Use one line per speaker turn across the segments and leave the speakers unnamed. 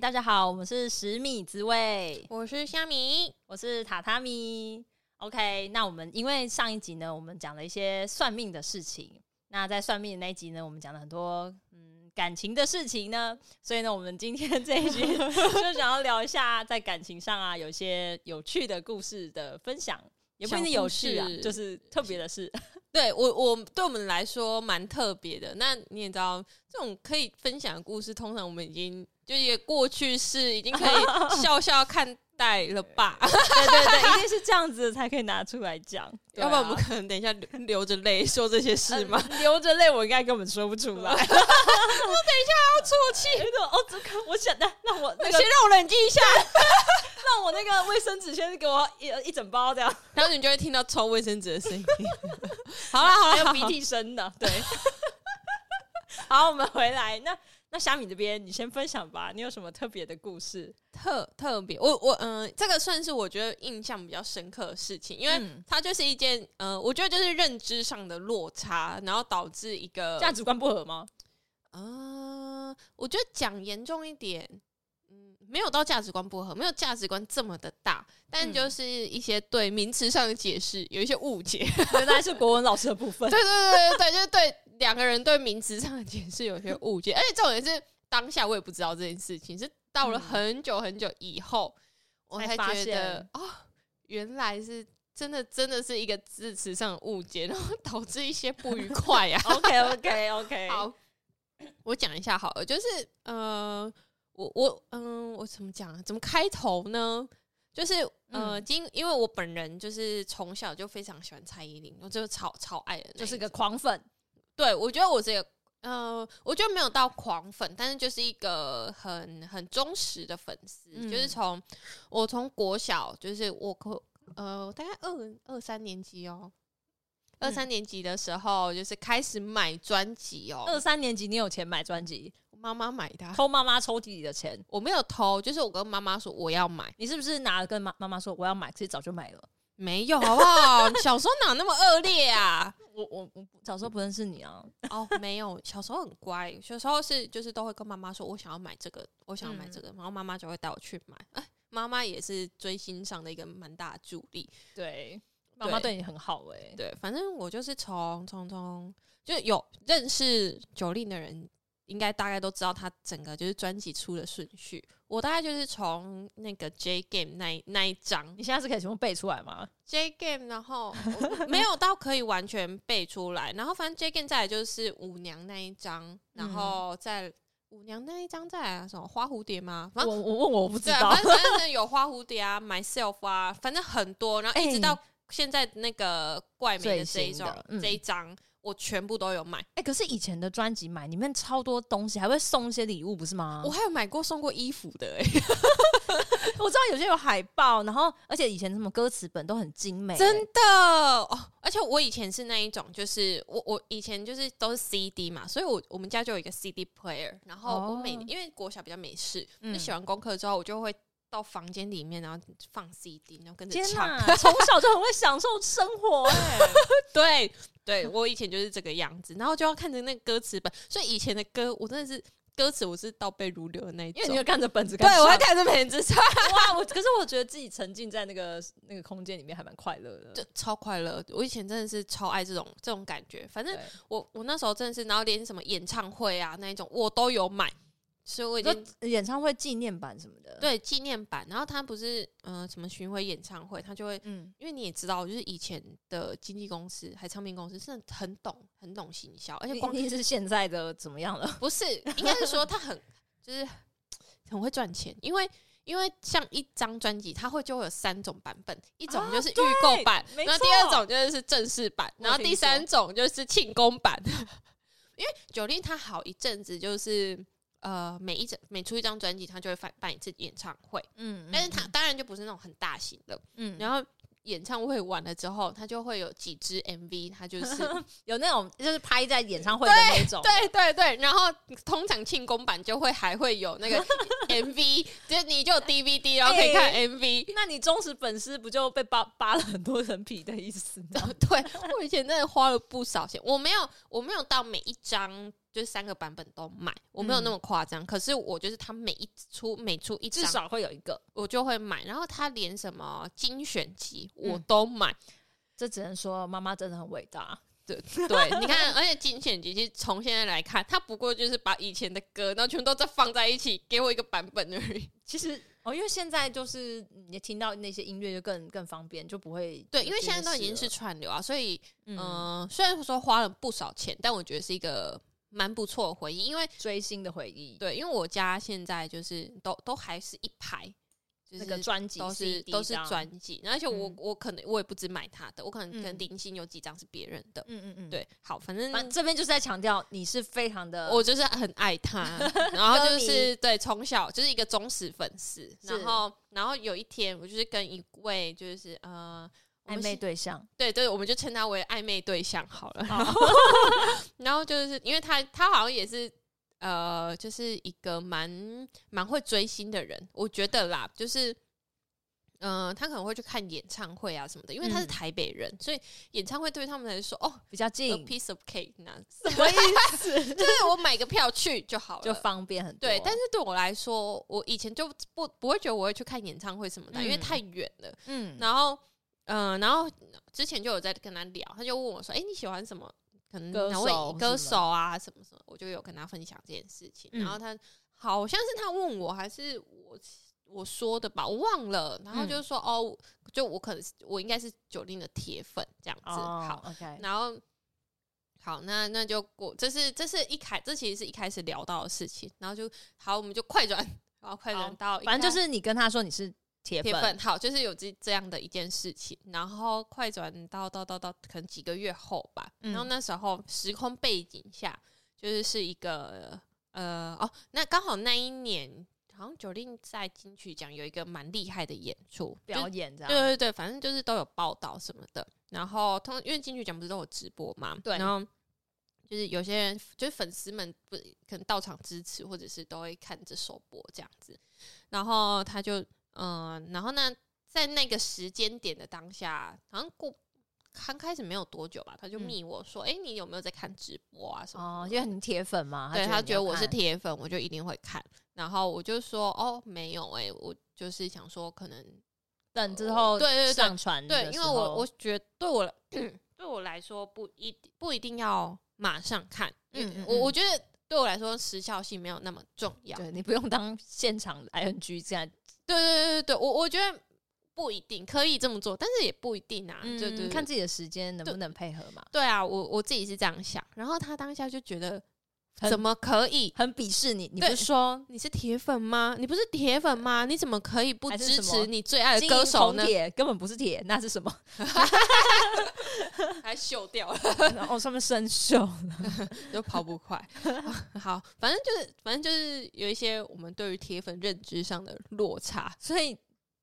大家好，我们是十米滋味，
我是虾米，
我是榻榻米。OK，那我们因为上一集呢，我们讲了一些算命的事情。那在算命的那一集呢，我们讲了很多嗯感情的事情呢，所以呢，我们今天这一集就想要聊一下在感情上啊，有一些有趣的故事的分享，也不一定有趣啊
小故，事
就是特别的 事。
对我我对我们来说蛮特别的。那你也知道，这种可以分享的故事，通常我们已经就也过去式，已经可 以笑笑看待了吧？
对对对，一定是这样子才可以拿出来讲，
要不然我们
对啊
可能等一下流流着泪说这些事 吗？
嗯流着泪，我应该根本说不出 来。
要啜泣，
哦，这个 我想，那让我那个
先让我冷静一下。
让我那个卫生纸先给我一一整包 这样，
然后你就会听到抽卫生纸 的声音。好啦好
还
啦，
有
好
鼻
啦
涕声的， 对。好，我们回来。那那小米这边，你先分享吧。你有什么特别的故事？
特特别，我我嗯、这个算是我觉得印象比较深刻的事情，因为
嗯
它就是一件呃，我觉得就是认知上的落差，然后导致一个
价值观不合吗？
呃，我觉得讲严重一点，嗯，没有到价值观不合，没有价值观这么的大，但
嗯
就是一些对名词上的解释有一些 误解。
原来是国文老师的 部分。
对对对对对，就是对两个人对名词上的解释有些误解，而且重点是当下我也不知道这件事情，是到了
嗯
很久很久以后，我
才
才
发
觉得
现
哦，原来是真的真的是一个字词上的误解，然后导致一些不愉快啊呀、
OK OK OK，
好，我讲一下好了，就是呃，我我嗯、我怎么讲啊？怎么开头呢？就是呃，
嗯
今因为我本人就是从小就非常喜欢蔡依林，我就是超超爱的那一种，
就是个狂粉。
对，我觉得我是一个，呃，我觉得没有到狂粉，但是就是一个很很忠实的粉丝，
嗯
就是从我从国小，就是我可呃大概二二三年级哦。
嗯
二三年级的时候，就是开始买专辑哦，
二三年级你有钱买专辑，
我妈妈买的啊，
偷妈妈抽屉里的钱，
我没有偷，就是我跟妈妈说我要买，
你是不是拿了跟妈妈妈说我要买，其实早就买了。
没有好不 好？小时候哪那么恶劣啊？
我我我小时候不认识你啊，
哦，没有，小时候很乖，小时候是就是都会跟妈妈说，我想要买这个，我想要买这个，然后妈妈就会带我去买。哎，妈妈也是追星上的一个蛮大的助力。
对，妈妈
对
对你很好哎、欸，
对，反正我就是从从从就有认识九令的人，应该大概都知道他整个就是专辑出的顺序。我大概就是从那个 J Game 那一那一张
你现在是可以全部背出来吗？
J Game，然 后我没有到可以完全背出来，然后反正 J Game 再来就是舞娘那一张，
嗯
然后再舞娘那一张再来啊什么花蝴蝶吗？反
我
正
我问我不知
对啊，
道
反，正反正有花蝴蝶啊，myself 啊，反正很多，然后一直
哎
到现在那个怪美的这一
最新
张
的、嗯
这一张，我全部都有买，
哎、可是以前的专辑买里面超多东西，还会送一些礼物，不是吗？
我
我
还有买过送过衣服的、欸，
我知道有些有海报，然后而且以前什么歌词本都很精美、欸
真的哦！而且我以前是那一种，就是我我以前就是都是 CD 嘛，所以我我们家就有一个 CD player，然后我每、
哦
因为国小比较美式，
嗯
就写完功课之后，我就会到房间里面，然后放 CD，然后跟着
天
唱。
哪，从小就很会享受生活、哎
对对，我以前就是这个样子，然后就要看着那个歌词本，所以以前的歌我真的是歌词我是倒背如流的那一
因为你
种。
会看着本子
对
看，，
我会看着本子唱，
哇，我可是我觉得自己沉浸在那个那个空间里面还蛮快乐
就
的。
超快乐。我以前真的是超爱这种这种感觉，反正
对，
我我那时候真的是，然后连什么演唱会啊那一种我都有买，所以我已经
就演唱会纪念版什么的，，
对纪念版。然后他不是嗯、呃什么巡回演唱会，他就会
嗯，
因为你也知道，就是以前的经纪公司还唱片公司真的很懂很懂行销，而
而
且
且
光
光一是现在的怎么样了？
不是应该是说他很就是很会赚钱，因为。因为像一张专辑，它会就会有三种版本，一种
啊
就是预
对
购版，
没
然后第
错
二种就是正式版，
我有
然后第
听说
三种就是庆功版。 因为九令他好一阵子就是呃，每一张每出一张专辑，他就会办办一次演唱会，
嗯
但是他当然就不是那种很大型的。
嗯
然后演唱会完了之后，他就会有几支 MV，他就是
有那种就是拍在演唱会的那种，
对对对，然后通常庆功版就会还会有那 个 MV，就是你就有 DVD，然后可以看 MV。
那你忠实粉丝不就被扒扒了很多人皮的意思吗？
对我以前真的花了不少钱，我没有我没有到每一张就是三个版本都买，我没有那么夸张，可是我就是它每一出每出一
至
张
少会有一个。
我就会买，然后它连什么精选集
嗯
我都买。
这只能说妈妈真的很伟大。
对， 你看，而且精选集其实从现在来看，它不过就是把以前的歌，然后全部都再放在一起，给我一个版本而已。
其实哦，因为现在就是你听到那些音乐就更更方便，就不会
对，因为
有这
现在
件
都已
事
经
了
是串流啊，所以
嗯、
嗯、虽然说花了不少钱，但我觉得是一个蛮不错的回忆，因为
追星的回忆，
对，因为我家现在就是都都还是一排，就
那
是
个专辑
都是
CD
都是
这样，
专辑，而且我、
嗯
我可能我也不止买他的，我可能
嗯
跟林心有几张是别人的，
嗯嗯嗯，。
对，好，反正
反正这边就是在强调你是非常的，
我就是很爱他， 然后
歌
就
迷
是对从小就是一个忠实粉丝，
是
然后然后有一天我就是跟一位就是呃我
暧
们
昧
是
对象，
对对，我们就称他为暧昧对象好了。
哦
然后就是因为他他好像也是呃，就是一个蛮蛮会追星的人，我觉得啦，就是。嗯、他可能会去看演唱会啊什么的，因为他是
嗯
台北人，所以演唱会对他们来说，哦
比较
，a
近，
piece of cake 那样
什么意思？
就是我买个票去就好了，
就啊方便很多。
对，但是对我来说，我以前就不不会觉得我会去看演唱会什么的，因为
嗯
太远了。
嗯，
然后，嗯、然后之前就有在跟他聊，他就问我说：“哎、你喜欢什么？可能
歌
哪位
手
歌
什么
手啊，什么什么？”我就有跟他分享这件事情。
嗯
然后他好像是他问我，还是我我说的吧，我忘了。然后就说：“
嗯
哦，就我可能是我应该是九令的铁粉这样子。
哦
好，
，OK，
然后好，那那就过，这是这是一开，这其实是一开始聊到的事情，然后就好，我们就快转，然后快
好
转到一
反正就
开
是你跟他说你是铁
铁粉，好，就是有这这样的一件事情，然后快转到到到到可能几个月后吧，
嗯
然后那时候时空背景下，就是是一个呃哦，那刚好那一年。好像九令在金曲奖有一个蛮厉害的演出，就是
表演这样。
对对对，反正就是都有报道什么的。然后通因为金曲奖不是都有直播嘛，
对
然后就是有些人就是粉丝们不可能到场支持，或者是都会看着首播这样子。然后他就嗯、呃然后呢，在那个时间点的当下，好像过刚开始没有多久吧，他就
嗯
密我说：“哎、你有没有在看直播啊？”什么
哦，
什么
因为很铁粉嘛，
对他觉得我是
铁，
铁粉，我就一定会看。然后我就说：“哦，没有哎、我就是想说可能。”
等之后
对对对
哦上传的时候，
对，因为我我觉得对我 对我来说不一定不一定要马上看，
嗯
嗯，
嗯
我
嗯
我觉得对我来说时效性没有那么重要。对
对你不用当现场 ING 这样，
对对对对，我我觉得不一定可以这么做，但是也不一定啊，对对对
看自己的时间能不能配合嘛，
对啊，我我自己是这样想，然后他当下就觉得
很
怎么可以？
很鄙视你，你不
对
是说
你是铁粉吗？你不是铁粉吗？你怎么可以不
还是什
支
么
持你最爱的
金
呃歌
银
手
铜
呢？
铁根本不是铁，那是什 么？
还秀掉了。
然后上面生锈，
就跑不快。 好，反正就是，反正就是有一些我们对于铁粉认知上的落差。
所以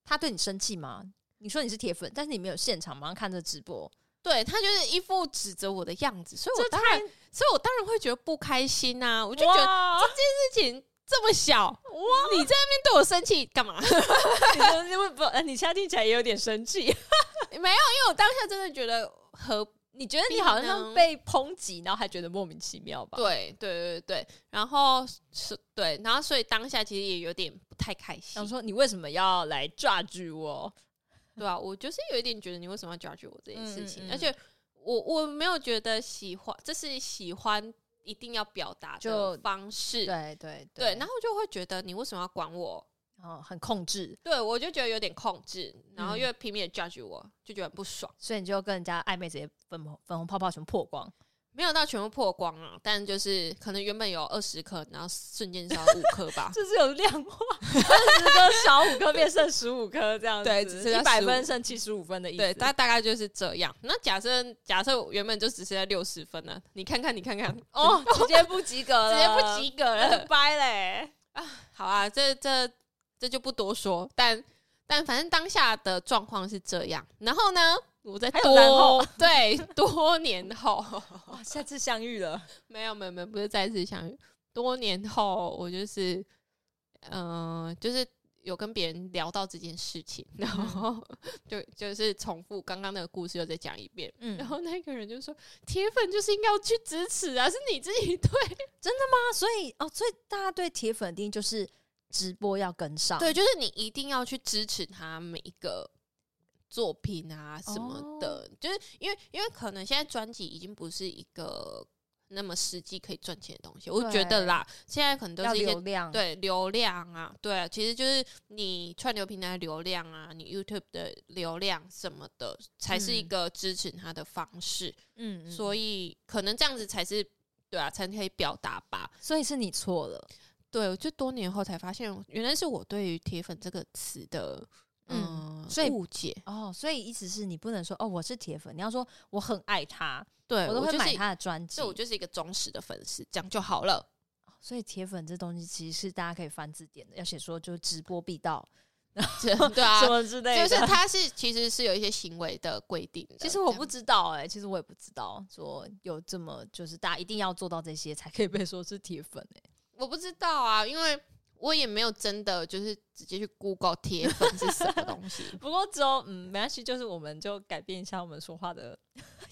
他对你生气吗？你说你是铁粉，但是你没有现场马上看着直播，
对他就是一副指责我的样子，所以我
这
当
太
然，所以我当然会觉得不开心呐、我就觉得事情这么小，哇，你在那边对我生气干嘛？ 因
得你会不？呃你现在听起来也有点生 气，
为我当下真的觉得和
你觉得
你
你
好
好
像
像被抨击，然后还觉得莫名其妙吧？
对对对对，然后是对，然后所以当下其实也有点不太开心
想，说你为什么要来抓住我？
对啊，我就是有一点觉得你为什么要 judge 我这件事情，
嗯嗯嗯
而且我我没有觉得喜欢，这是喜欢一定要表达
就
的方式，
对对
对然后就会觉得你为什么要管我？
哦，很控制，
对我就觉得有点控制，然后
嗯
又拼命的 judge 我，就觉得很不爽，
所以你就跟人家暧昧，直接粉红粉红泡泡全破光，。
没有到全部破光啊，但就是可能原本有二十颗，然后瞬间烧五颗吧
就是有量化，二十颗少五颗变剩十五颗这样子，
对只剩
一
下
百
15
分剩七十五分的意思。
对，大大概就是这样。那假设假设我原本就只剩下六十分了、你看看，你 看看，
哦，直接不及格
直
了，
接不及格 了，
掰嘞。
好啊，这这这就不多说，但但反正当下的状况是这样。然后呢，我在
还有然后
多对多年后，
哇，下次相遇了，
没有没有没有，不是再次相遇，多年后我就是，嗯、就是有跟别人聊到这件事情，然
嗯
后就就是重复刚刚那个故事又再讲一遍，
嗯，
然后那个人就说铁粉就是应该要去支持啊，是你自己对，
那所以哦，所以大家对铁粉的定义就是直播要跟上，
对，就是你一定要去支持他每一个作品啊什
哦
么的，就是因为因为可能现在专辑已经不是一个那么实际可以赚钱的东西，我觉得啦，现在可能都
要
是一些
流量，
对流量啊，对啊，其实就是你串流平台的流量啊，你 YouTube 的流量什么的，才是一
嗯
个支持他的方式，
嗯，嗯
所以可能这样子才是对啊，才可以表达吧。
所以是你错了，
对，我就多年后才发现，原来是我对于“铁粉”这个词的
嗯
嗯、呃
所以
误解。
哦，所以意思是你不能说哦我是铁粉，你要说我很爱他，
对
我都会
就
买
是，
他的专辑
所以，我就是一个忠实的粉丝，这样就好 了。
所以铁粉这东西其实是大家可以翻字典的，要写说就是直播必到，
这对啊
什，么之类的。
就是它是其实是有一些行为的规定的。
其实我
这
不
样
知道哎、其实我也不知道说有这么就是大家一定要做到这些才可以被说是铁粉哎、
我不知道啊，因为我也没有真的就是直接去 Google 铁粉是什么东西。
不过只有嗯没关系，就是我们就改变一下我们说话的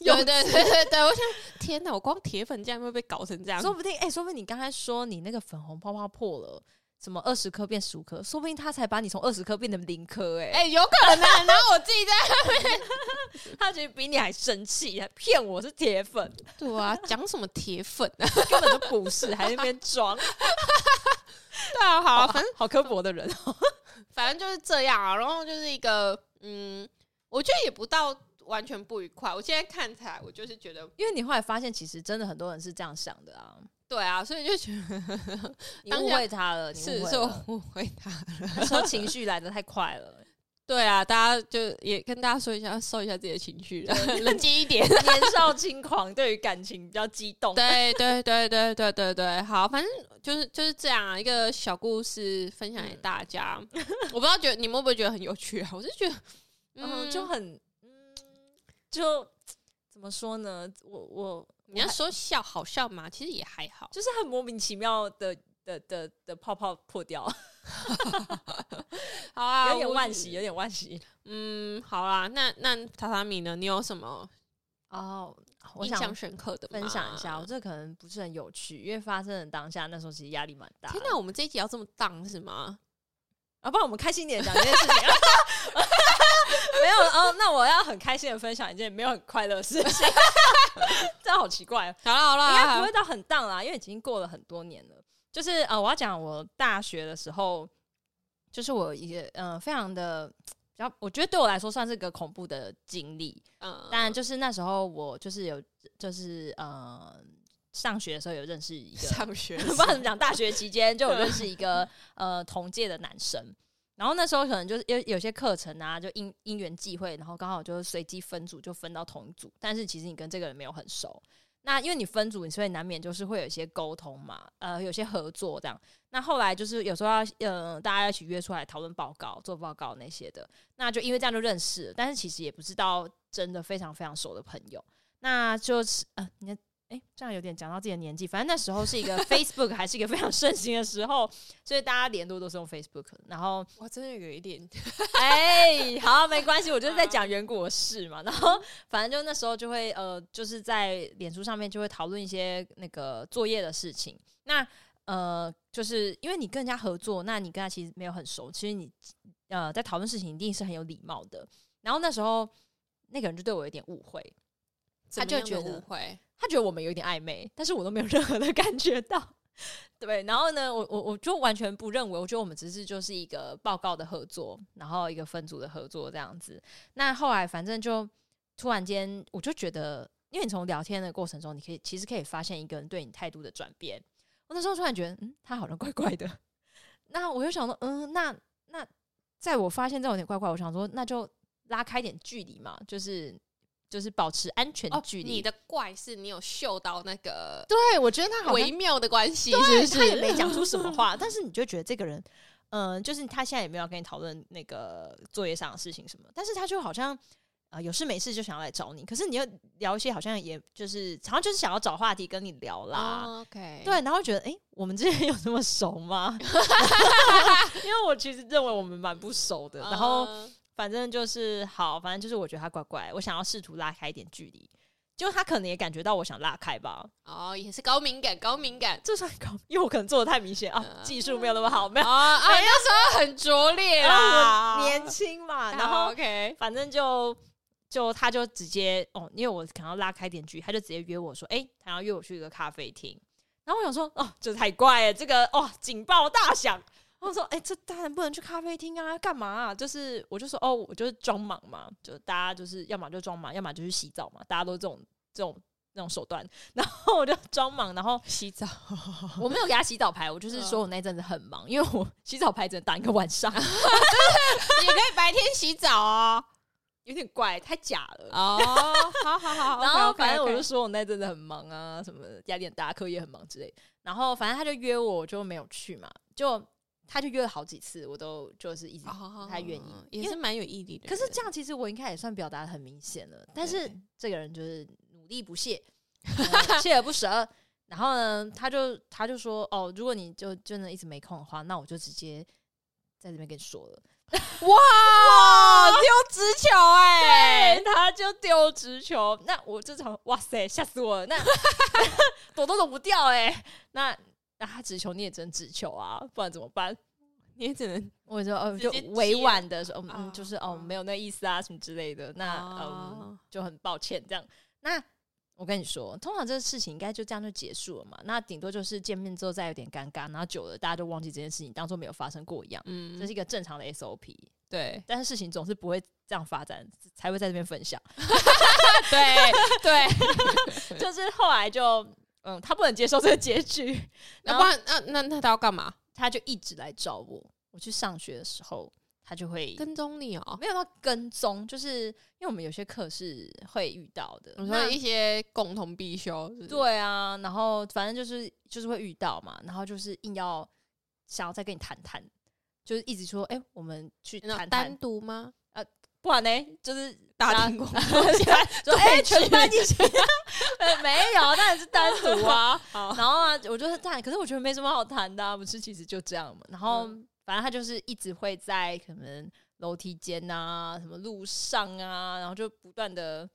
用
对对对对对，我想 天哪，我光铁粉竟然会被搞成这样
说，不定哎、说不定你刚才说你那个粉红泡泡破了，什么二十颗变十五颗，说不定他才把你从二十颗变成零颗哎、
哎、有可能、啊。然后我自己在
他觉得比你还生气，还骗我是铁粉，
对啊，讲什么铁粉啊？
根本就不是，还在那边装，
对啊，好啊，反正。
好刻薄的人哦。
反正就是这样啊。然后就是一个，嗯，我觉得也不到完全不愉快。我现在看起来，我就是觉得，
因为你后来发现，其实真的很多人是这样想的啊，
对啊，所以就觉得
你
当
误
下
会他了，你
是
误会
是
了
我误会他了。
那时候情绪来的太快了，
对啊，大家就也跟大家说一下，收一下自己的情绪，冷静一 点。
年少轻狂，对于感情比较激动。
对对对对对对对，好，反正就是就是这样啊，一个小故事分享给大家。我不知道觉得你们会不会觉得很有趣啊？我是觉得，
嗯，
嗯，
就很，嗯，就怎么说呢？我我
你要说笑好笑嘛，其实也还好。
就是很莫名其妙的的的的泡泡破掉，
好啊，
有点
我
惋惜，有点惋惜。
嗯，好啦，那那榻榻米呢？你有什么
哦，我
印
想
象深刻的吗
分享一下，
啊
我这可能不是很有趣，因为发生的当下，那时候其实压力蛮大的。
天哪，我们这一集要这么荡是吗？
啊，不然我们开心一点讲这件事情。啊 没有哦，那我要很开心的分享一件没有很快乐的事情， 这样好奇怪哦。
好啦好
应该不
啦
会，到很荡啦，因为已经过了很多年了。就是呃，我要讲我大学的时候，就是我一个呃非常的比较，我觉得对我来说算是个恐怖的经历。
嗯
当然，就是那时候我就是有就是呃上学的时候有认识一个
上学
不知道怎么讲，大学期间就有认识一个呃同届的男生，然后那时候可能就是有有些课程啊，就因因缘际会，然后刚好就是随机分组，就分到同组，但是其实你跟这个人没有很熟。那因为你分组，所以难免就是会有一些沟通嘛，呃，有些合作这样。那后来就是有时候要，呃，大家一起约出来讨论报告、做报告那些的。那就因为这样就认识了，但是其实也不是到真的非常非常熟的朋友。那就是呃，你的哎、这样有点讲到自己的年纪，反正那时候是一个 Facebook 还是一个非常盛行的时候，所以大家联络都是用 Facebook。然后，
我真的有一点，
哎、好，没关系，我就是在讲远古的事嘛。然后，反正就那时候就会呃，就是在脸书上面就会讨论一些那个作业的事情。那呃，就是因为你跟人家合作，那你跟他其实没有很熟，其实你呃在讨论事情一定是很有礼貌的。然后那时候那个人就对我有点误会， 他就
怎么样
觉
的
得
误会，
他觉得我们有点暧昧，但是我都没有任何的 感觉到。对，然后呢，我我我就完全不认为，我觉得我们只是就是一个报告的合作，然后一个分组的合作这样子。那后来反正就突然间，我就觉得，因为你从聊天的过程中，你可以其实可以发现一个人对你态度的转变。我那时候突然觉得，嗯，他好像怪怪的。 那我就想说，嗯，那那在我发现这种有点怪怪，我想说，那就拉开一点距离嘛，就是就是保持安全距离。
哦你的怪是你有嗅到那个
对，我觉得他好像
微妙的关系，是不
他也
是？
没讲出什么 话，但是你就觉得这个人，呃嗯、就是他现在也没有要跟你讨论那个作业上的事情什么，但是他就好像呃有事没事就想要来找你，可是你又聊一些好像也就是常常就是想要找话题跟你聊啦。
哦 OK，
啊对，然后觉得诶，我们之前有那么熟 吗？因为我其实认为我们蛮不熟的，
嗯，
然后反正就是好，反正就是我觉得他怪怪，我想要试图拉开一点距离，就他可能也感觉到我想拉开吧，
哦，也是高敏感，高敏感。
这算高，因为我可能做的太明显啊，
嗯
技术没有那么好，没有
哦，啊，那时候很拙劣
啊，
啦，
我 年轻嘛，
好
然后
OK，
反正就就他就直接哦，因为我可能要拉开点距离，他就直接约我说，诶，他要约我去一个咖啡厅，然后我想说，哦，这太怪了，这个哦警报大响。然后我说：“诶，这当然不能去咖啡厅啊，干嘛、啊？就是我就说哦，我就是装忙嘛，就大家就是要么就装忙，要么就去洗澡嘛，大家都这种这种那种手段。然后我就装忙，然后
洗澡，嗯
我没有给他洗澡牌，我就是说我那阵子很忙，因为我洗澡牌只能打一个晚上，
也可以白天洗澡哦。
有点怪，太假了。
哦，好好 好，
然后反正我就
OK，OK，OK
说我那阵子很忙啊，什么压力很大，课业很忙之类。然后反正他就约我，我就没有去嘛，就他就约了好几次，我都就是一直。
哦
不太愿意
也
因
是
为
蛮有毅力的人。
可是这样其实我应该也算表达的很明显了，但是
对
这个人就是努力不 懈，呃锲而不舍。然后呢，他就他就说哦，如果你就真的一直没空的话，那我就直接在这边跟你说了。
哇，丢直球哎
对，，他就丢直球。那我这场，哇塞，吓死我了！那 躲都躲不掉哎、那那他直球你也只能直球啊，不然怎么办？
你也只能
我就呃
直
就
接啊
委
接
婉的说，嗯嗯，
啊
就是哦
啊
没有那意思啊什么之类的。那、嗯
哦
就很抱歉这样。那我跟你说，通常这个事情应该就这样就结束了嘛。那顶多就是见面之后再有点尴尬，然后久了大家就忘记这件事情，当做没有发生过一样。
嗯
这是一个正常的 SOP，
对
但是事情总是不会这样发展，才会在这边分 享。
对对，
就是后来就，嗯，他不能接受这个结局，然
那
后
不然那那那他要干嘛？
他就一直来找我。我去上学的时候，他就会
跟踪你哦。
没有到跟踪，就是因为我们有些课是会遇到的。
我
那
说一些共同必修，是不是，
对啊，然后反正就是就是会遇到嘛，然后就是硬要想要再跟你谈谈，就是一直说，哎、我们去
那
谈
单
谈，
独吗？
不然呢， 就是
大庭
庭
广 众
说，哎、全班一起，呃 没有，当然是单独啊。
好，
然后啊，我就是谈，可是我觉得没什么好谈的、啊，不是其实就这样嘛。然后、
嗯
反正他就是一直会在可能楼梯间啊、什么路上啊，然后就不断的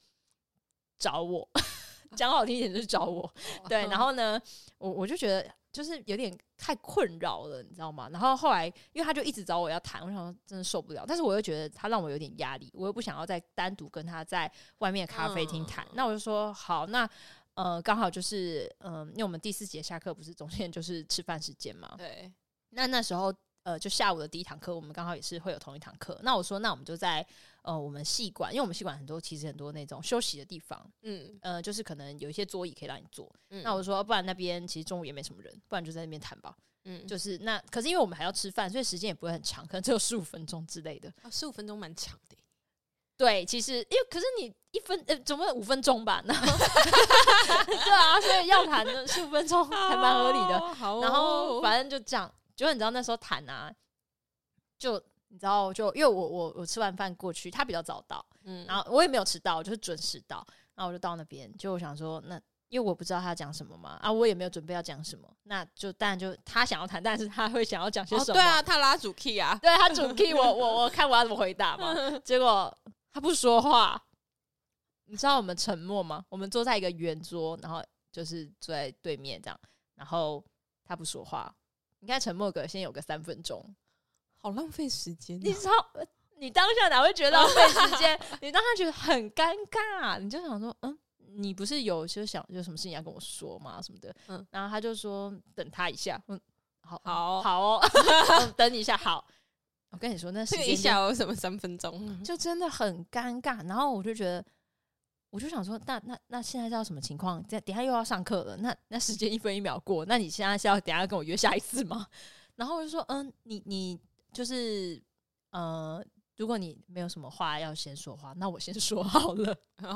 找我， 讲好听一点就是找我。 对，然后呢，我我就觉得就是有点太困扰了，你知道吗？然后后来因为他就一直找我要谈，我想说真的受不了，但是我又觉得他让我有点压力，我又不想要再单独跟他在外面的咖啡厅谈。
嗯
那我就说好，那呃刚好就是嗯、因为我们第四节下课不是中间就是吃饭时间嘛，
对，
那那时候呃，就下午的第一堂课，我们刚好也是会有同一堂课。那我说，那我们就在呃我们系馆，因为我们系馆很多其实很多那种休息的地方，
嗯
呃，就是可能有一些桌椅可以让你坐。
嗯，
那我说，不然那边其实中午也没什么人，不然就在那边谈吧。
嗯
就是那可是因为我们还要吃饭，所以时间也不会很长，可能只有十五分钟之类的。
哦十五分钟蛮长 的，
对，其实因为可是你一分呃，总共五分钟吧，然 后对啊，所以要谈十五分钟还蛮合理的。
哦。好哦，
然后反正就这样，结果你知道那时候谈啊，就你知道，就因为我我我吃完饭过去，他比较早到，
嗯
然后我也没有迟到，我就是准时到，然后我就到那边，就我想说那。因为我不知道他讲什么嘛，啊，我也没有准备要讲什么，那就当然就他想要谈，但是他会想要讲些
哦，
什么？
对啊，他拉主 key 啊，
对他主 key 我我我看我要怎么回答嘛。 结果他不说话，你知道我们沉默吗？我们坐在一个圆桌，然后就是坐在对面这样，然后他不说话，应该沉默个先有个三分钟。
好浪费时间啊。
你知道，呃你当下哪会觉得浪费时间？ 你当下觉得很尴尬，你就想说，嗯。你不是有就想有什么事情要跟我说吗？什么的，嗯
嗯，
然后他就说等他一下，嗯，好
好
好哦， 嗯等你一下，好。我跟你说，那时
这个
间
一
就
下有什么三分钟？
就真的很尴尬。然后我就觉得，我就想说，那那那现在是要什么情况？等等一下又要上课了，那那时间一分一秒过，那你现在是要等一下跟我约下一次吗？ 然后我就说，嗯，你你就是呃，如果你没有什么话要先说话，那我先说好了。
哦
然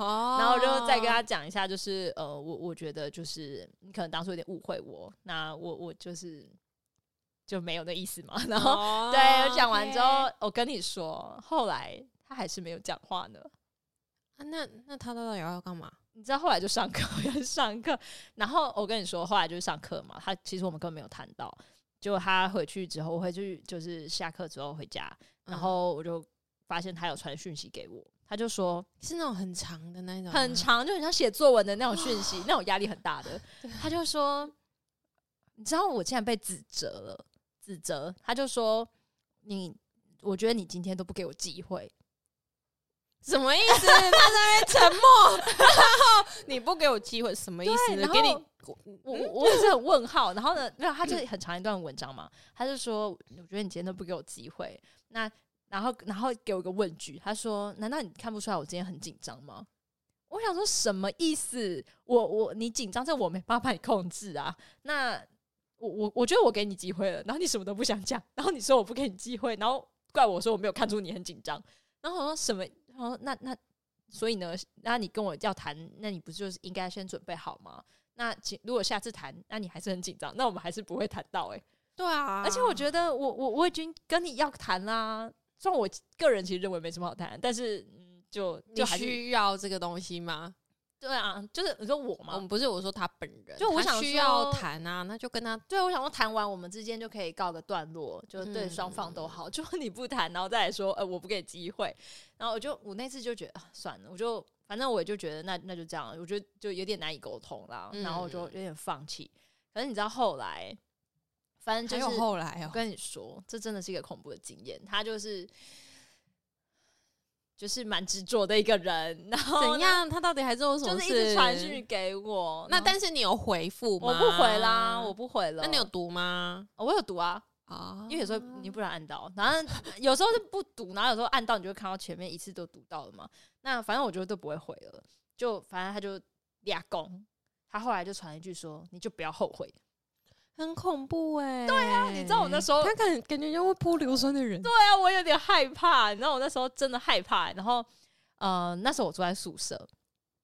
后我就再跟他讲一下，就是呃，我我觉得就是你可能当初有点误会我，那我我就是就没有那意思嘛。 然后
后
对，我讲完之后，我跟你说，后来他还是没有讲话呢。
啊、那那他到底要干嘛？
你知道后来就上课， 要上课。然后我跟你说，后来就是上课嘛，他其实我们根本没有谈到。结果他回去之后，我回去就是下课之后回家，
嗯
然后我就发现他有传讯息给我，他就说
嗯是那种很长的那种吗，
很长，就很像写作文的那种讯息，那种压力很大的。他就说，你知道我竟然被指责了，指责。他就说你，我觉得你今天都不给我机会，
什么意思？他在那边沉默，然后 你不给我机会，什么意思
对
呢
然？后
给你
我我我也是很问号。然后呢，没有，他就很长一段文章嘛，他就说，我觉得你今天都不给我机会。那然后然后给我一个问句，他说，难道你看不出来我今天很紧张吗？我想说什么意思？我我你紧张，这我没办法帮你控制啊。那我我我觉得我给你机会了，然后你什么都不想讲，然后你说我不给你机会，然后怪我说我没有看出你很紧张，然后我说什么？然后那那所以呢？那你跟我要谈，那你不就是应该先准备好吗？那其如果下次谈，那你还是很紧张，那我们还是不会谈到哎、欸
对啊，
而且我觉得我我我已经跟你要谈啦，虽然我个人其实认为没什么好谈，但是嗯，就就
你
还是
需要这个东西吗？
对啊，就是你说我
我
嘛，
们不是我说他本人，
就我
他
想
需
说
要谈啊，那就跟他
对，我想说谈完我们之间就可以告个段落，就对双方都好。 就你不谈，然后再来说，呃，我不给机会，然后我就我那次就觉得啊算了，我就反正我也就觉得那那就这样了，我觉得就有点难以沟通啦，
嗯
然后我就有点放弃。可是你知道后来，反正
还
就
有
是
后来
我
哦，
跟你说，这真的是一个恐怖的经验。他就是就是蛮执着的一个人，然后呢
怎？样？他到底还做了什
哦就
么
是
事？
一直传讯给我。
那
然后
但是你有回复吗？
我不回啦，我不回了。
那你有读吗？
哦？我有读啊，
啊
因为有时候你不然按到，然后有时候是不读，然后有时候按到，你就会看到前面一次都读到了嘛。那反正我觉得都不会回了，就反正他就俩公。他后来就传一句说：“你就不要后悔。
很恐怖
欸
哎、对啊，
你知道我那时候
他感感觉像会泼硫酸的人，”
对啊，我有点害怕，你知道我那时候真的害怕。然后，呃，那时候我住在宿舍，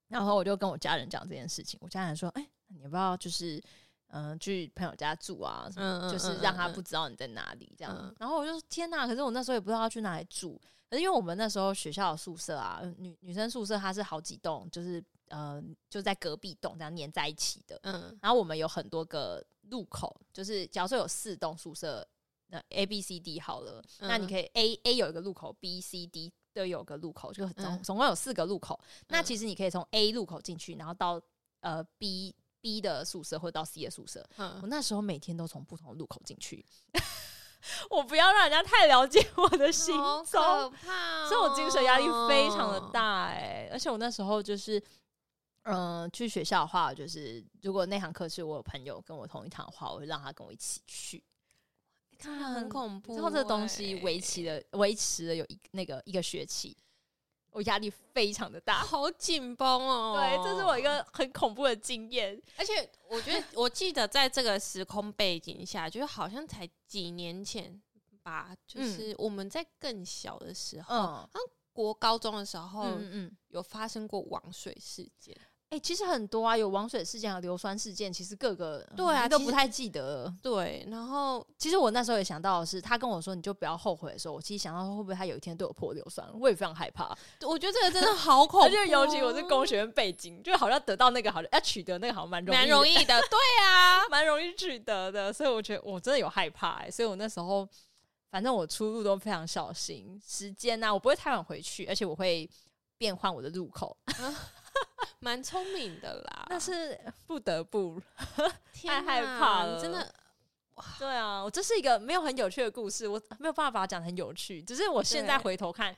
然后我就跟我家人讲这件事情。我家人说：“哎、你要不要就是嗯、呃去朋友家住啊？什么
嗯嗯
就是
嗯
让他
嗯
不知道你在哪里这样。
嗯
然后我就说天哪！可是我那时候也不知道要去哪里住，可是因为我们那时候学校的宿舍啊，女女生宿舍它是好几栋，就是呃就在隔壁栋这样连在一起的。
嗯
然后我们有很多个入口，就是假如说有四栋宿舍，那 A、B、C、D 好了，
嗯
那你可以 A A 有一个入口，B、C、D 都有个入口，就总、
嗯
总共有四个入口。那
嗯
其实你可以从 A 入口进去，然后到呃 B B 的宿舍或者到 C 的宿舍，我
嗯，
那时候每天都从不同的路口进去， 我不要让人家太了解我的行
好
踪，
可怕、哦，哦
所以我精神压力非常的。大哎、而且我那时候就是。嗯、去学校的话，就是如果那堂课是我有朋友跟我同一堂的话，我会让他跟我一起去。啊
真的很恐怖、
你
欸，
知道嗯这东西维持了维持了有一那个一个学期，我压力非常的大。
啊好紧绷哦。
对，这是我一，个很恐怖的经验。
而且我觉得，我记得在这个时空背景下，就是好像才几年前吧，就是我们在更小的时候，
嗯
国高中的时候、
嗯嗯。
有发生过网水事件。
哎、其实很多啊，有王水事件啊、硫酸事件，其实各个
对
嗯
啊
都
其
不
实
太记得了。
对，然后
其实我那时候也想到的是，他跟我说你就不要后悔的时候，我其实想到会不会他有一天对我泼硫酸，我也非常害怕。
我觉得这个真的好恐怖、 哦
而且尤其我是工学院背景，就好像得到那个好像要取得那个好像蛮容易，
蛮容易的，对啊，
蛮容易取得的，所以我觉得我真的有害怕、欸，所以我那时候反正我出入都非常小心，时间啊呐、我不会太晚回去，而且我会变换我的入口，
蛮聪明的 啦。
但是不得不
天
太害
哪
怕
你
了
真的
对啊，我这是一个没有很有趣的故事，我没有办法把它讲得很有趣。只是我现在
对
回头看，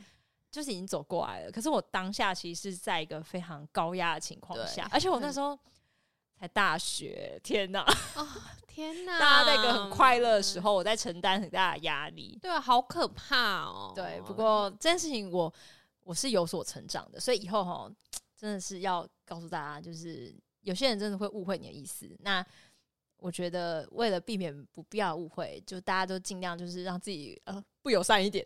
就是已经走过来了。可是我当下其实是在一个非常高压的情况
对
下，而且我那
很
时候才大学，天哪！
天哪，
大家在一个很快乐的时候，我在承担很大的压力。
对啊，好可怕哦。
对，不过这件事情我我是有所成长的，所以以后哈，真的是要告诉大家，就是有些人真的会误会你的意思。那我觉得为了避免不必要的误会，就大家都尽量就是让自己呃不友善一点。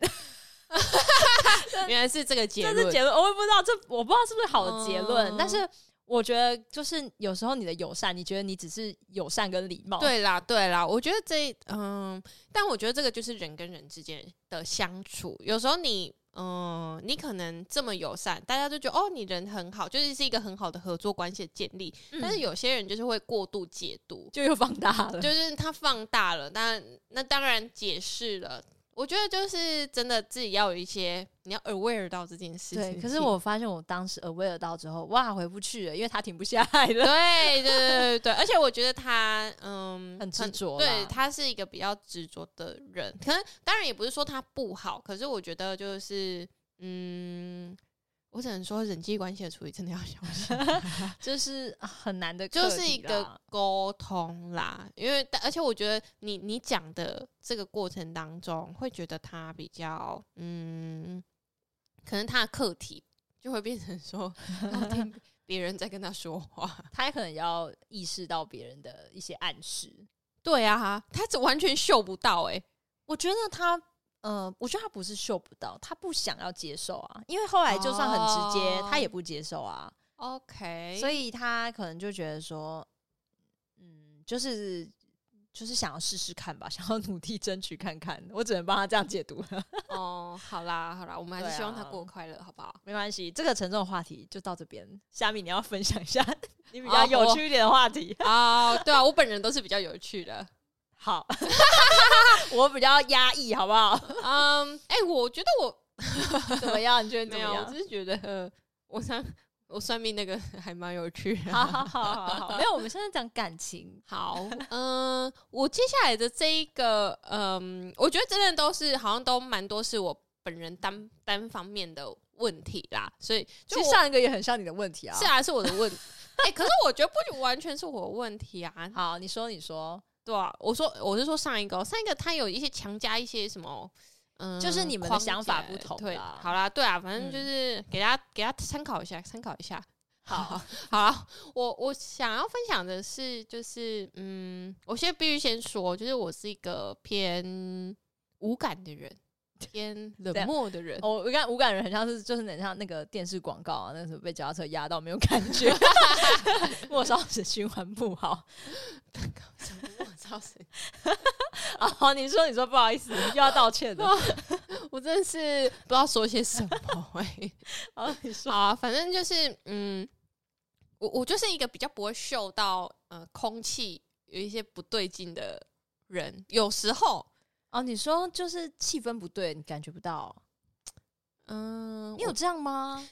原来是这个结
这
论，
是结论，我也不知道这我不知道是不是好的结论，
嗯
但是我觉得就是有时候你的友善，你觉得你只是友善跟礼貌，
对啦，对啦，我觉得这嗯，但我觉得这个就是人跟人之间的相处，有时候你嗯，你可能这么友善，大家就觉得哦，你人很好，就是是一个很好的合作关系的建立。
嗯
但是有些人就是会过度解读，
就又放大了，
就是他放大了，那那当然解释了。我觉得就是真的自己要有一些，你要 aware 到这件事
对。
情。
可是我发现我当时 aware 到之后，哇，回不去了，因为他停不下来了，
对对对对对，而且我觉得他嗯
很执 着啦
对他是一个比较执着的人。可能当然也不是说他不好，可是我觉得就是嗯，我只能说人际关系的处理真的要小心，
就是啊很难的，
就是一个。沟通啦。因为而且我觉得你你讲的这个过程当中，会觉得他比较嗯，可能他的课题就会变 成说要听别人在跟他说话。
他也可能要意识到别人的一些暗示。
对啊，他这完全嗅不到哎、
我觉得他，呃，我觉得他不是嗅不到，他不想要接受啊，因为后来就算很直接，
哦
他也不接受啊，
OK，
所
以
以他可能就觉得说，嗯，就是就是想要试试看吧，想要努力争取看看。我只能帮他这样解读，
哦，好啦好啦，我们还
对
是
啊
希望他过得快乐，好不好？
没关系。这个沉重的话题就到这边，下面你要分享一下 你比
哦
较
我
有趣一点的话题。
哦，对啊，我本人都是比较有趣的。
好， 我比较压抑，好不好？
嗯，哎、我觉得我
怎么样？你觉得怎
没
么
有，我
样
只？是觉得呃我算我算命那个 还蛮有趣的。
好好好好好，没有，我们现在讲感情，
好， 嗯、我接下来的这一个，嗯、我觉得真的都是好像都蛮多是我本人单单方面的问题啦，所以就
其实
我
上一个也很像你的问题啊。
是啊，是我的 问。哎、可是我觉得不完全是我的问题 啊，
好，你说，你说，
对啊，我说我是说上一个哦、上一个他有一些强加一些什么，嗯，
就是你们的
框
想法
架
不同
对，
啦
好啦，对啊，反正
嗯
就是给大家、给大家参考一下，参考一下。
好，
好啦，我我想要分享的是，就是嗯，我先必须先说，就是我是一个偏无感的人，偏
这
冷
样哦
漠的人。
我我看无感人很像是就是很像那个电视广告啊，那时候被脚踏车压到没有感 觉，末梢血循环不好。
我操神！
哦，你说你说不好意思，又要道歉 了。
我真的是不知道说些什么 哎、
哦，你说
好、啊，反正就是嗯，我我就是一个比较不会嗅到呃空气有一些不对劲的人，有时候。
哦，你说就是气氛不对，你感觉不到，
嗯，
你有
我
这样吗？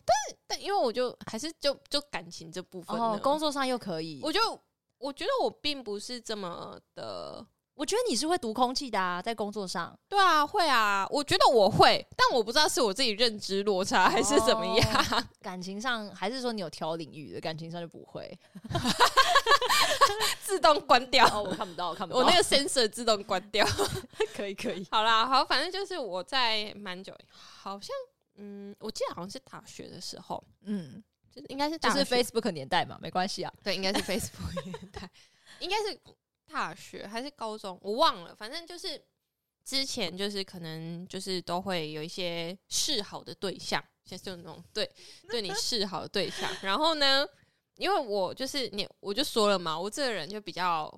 但因为我就还是就就感情这部分
哦
呢，
工作上又可以。
我
我
就我觉得我并不是这么的，
我觉得你是会读空气的啊，在工作上
对啊，会啊，我觉得我会，但我不知道是我自己认知落差还是怎么样，
哦感情上还是说你有挑领域的，感情上就不 会。
自动关掉，
哦，我看不到，我看不到。
我那个 sensor 自动关掉。
个可以可以。
好啦，好，反正就是我在蛮久，好像嗯，我记得好像是大学的时候，
嗯，
就应该是
就
大学，
是 Facebook 年代嘛，没关系啊。
对，应该是 Facebook 年代， 应该是大学还是高中，我忘了，反正就是之前就是可能就是都会有一些示好的对象，像这种 对对你示好的对象，然后呢，因为我就是你，我就说了嘛，我这个人就比较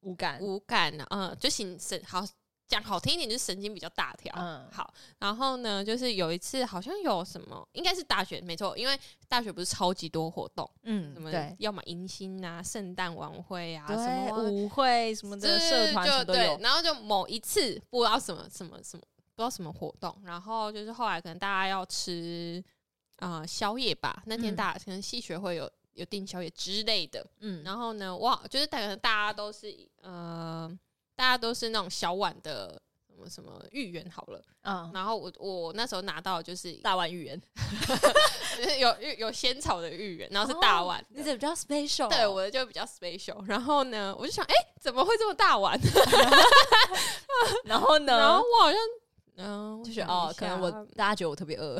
无感。
无感啊，嗯，就神神好讲好听一点，就是神经比较大条。
嗯
好，然后呢，就是有一次好像有什么，应该是大学没错，因为大学不是超级多活动，
嗯
什么
对
要么迎新啊、圣诞晚会啊，
对
什么啊
舞会什么
对
的社团什么
就
都
对
有，。
然后就某一次不知道什么什么什么，不知道什么活动，然后就是后来可能大家要吃啊宵夜吧，那天
嗯
大家可能系学会有有订宵夜之类的，
嗯，
然后呢，哇，就是大概大家都是呃，大家都是那种小碗的什么什么芋圆好了。
啊，
然后我我那时候拿到的就是
大碗芋圆，
就是有有有仙草的芋圆，哦然后是大碗的。
你怎么叫 special？
对，我的就比较 special。然后呢，我就想，哎、怎么会这么大碗？
然后
然后
呢，
我好像，嗯、我
就是
想
哦
一，
可能
下
我大家觉得我特别饿，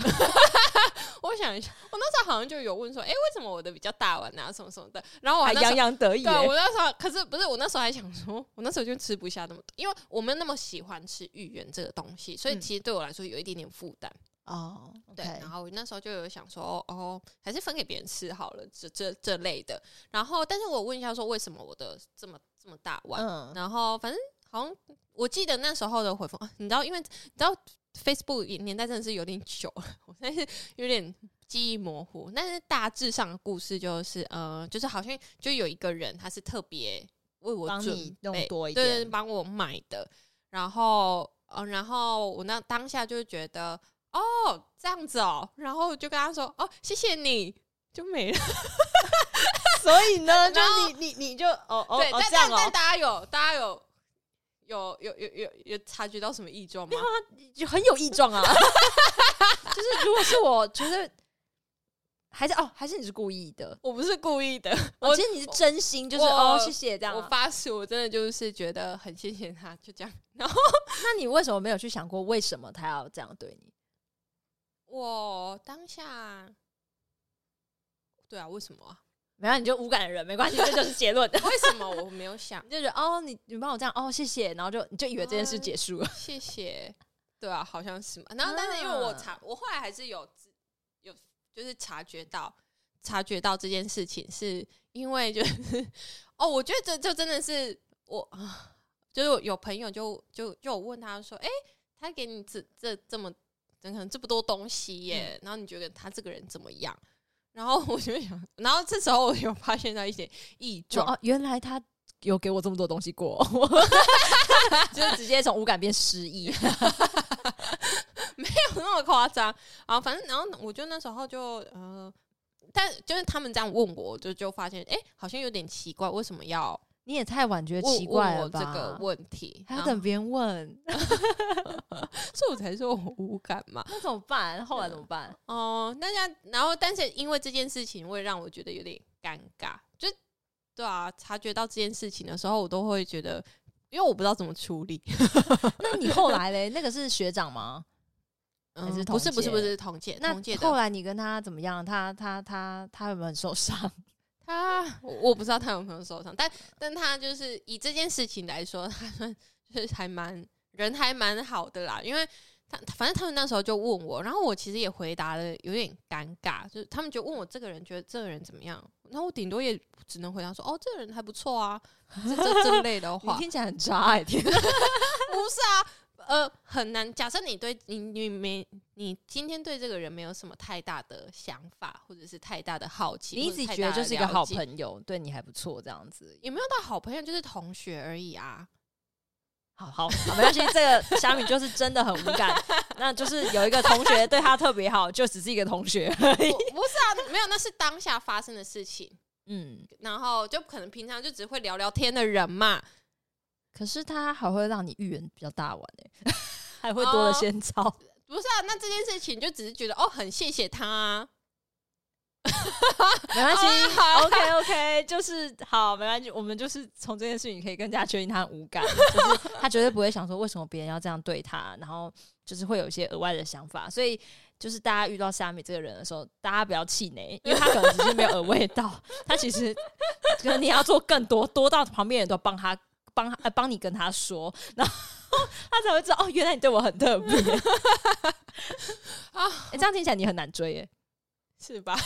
我想一下，我那时候好像就有问说，哎、为什么我的比较大碗啊，什么什么的。然后 我
还
那时候
洋洋得意
对啊，
耶。
我那时候可是不是我那时候还想说，我那时候就吃不下那么多，因为我没有那么喜欢吃芋圆这个东西，所以
嗯
其实对我来说有一点点负担。
哦，
对，然后我那时候就有想说，哦，还是分给别人吃好了，这这这类的。然后，但是我问一下说，为什么我的这么这么大碗？
嗯，
然后反正好像我记得那时候的回复，啊、你知道，因为你知道 Facebook 也年代真的是有点久了， 我现在是有点记忆模糊。但是大致上的故事就是，呃，就是好像就有一个人，他是特别为我
帮
准
你弄
备
多一
对对，
点
帮我买的。然后，呃，然后我那当下就觉得，哦，这样子哦，然后就跟他说，哦，谢谢你，就没了。
所以 呢，就
然后
你你你就哦哦
对，
哦
但
这样
但但
哦，
大家有大家有有有有有有察觉到什么异状
啊
吗？
就很有异状啊。 就是如果是我觉得，还是哦，还是你是故意的。
我不是故意的，
我其实你是真心，就是
我
哦，谢谢这样
我
啊。
发誓，我真的就是觉得很谢谢他，就这样。然后
那你为什么没有去想过，为什么他要这样对你？
我当下，对啊，为什么啊？
没有，你就无感的人没关系，这就是 结论。
为什么我没有想
你就觉得哦，你你帮我这样哦，谢谢，然后就你就以为这件事结束了。
谢谢？对啊，好像是嘛。然后，但是因为我察，我后来还是有自有就是察觉到察觉到这件事情，是因为就是 哦，我觉得这这真的是我，啊就是有朋友就就就有问他说，哎、他给你这这这么可能这么多东西耶，然后你觉得他这个人怎么样？然后我就想，然后这时候我有发现到一些异
就
状，
哦，原来他有给我这么多东西 过，就是直接从无感变失忆。
没有 那么夸张啊。反正然后我就那时候就呃，但就是他们这样问我，就就发现哎、诶好像有点奇怪，为什么要
你也太晚觉得
问
奇怪
问
了
我这
吧？
个问题？
还要
然后
等别人 问，
所以我才说我无感嘛。
那怎么办？后来怎么办？
哦、那这样然后但是因为这件事情会让我觉得有点尴尬，就对啊，察觉到这件事情的时候，我都会觉得。因为我不知道怎么处理，
那你后来嘞？那个是学长吗？还是
嗯不是
同
不是
届
不是同届，
那
同届的
后来你跟他怎么样？他他他他有没有很受伤？
他我我不知道他有没有受伤，但但他就是以这件事情来说，他们就是还蛮人还蛮好的啦，因为他反正他们那时候就问我，然后我其实也回答的有点尴尬，就是他们就问我这个人觉得这个人怎么样，然后我顶多也只能回答说哦，这个人还不错啊，这这这类 的
你
话，
听起来很渣哎、天哪！
不是啊，呃，很难。假设你对你你没你今天对这个人没有什么太大的想法，或者是太大的好奇，
你一
或者
直
太
觉得
大
就
的
是一个
了
好
解
朋友，对你还不错这样子。
也没有到好朋友，就是同学而已啊。
好好，好没关系，这个小米就是真的很无感。那就是有一个同学对他特别好，就只是一个同学而
我
已。
不是啊，没有，那是当下发生的事情，
嗯，
然后就可能平常就只会聊聊天的人嘛。
可是他还会让你预言比较大碗哦哎、还会多了 先兆。
不是啊，那这件事情就只是觉得哦，很谢谢他、啊，
没关系、
好啊好啊
o k OK，就是好，没关系，我们就是从这件事情可以更加确定他很无感， 就是他绝对不会想说为什么别人要这样对他，然后就是会有一些额外的想法，所以就是大家遇到虾米这个人的时候，大家不要气馁，因为他可能只是没有耳味道， 他其实可能你要做更多，多到旁边人都帮他。帮他呃帮你跟他说，然后他才会知道哦，原来你对我很特别
啊
诶这样听起来你很难追耶。
是吧？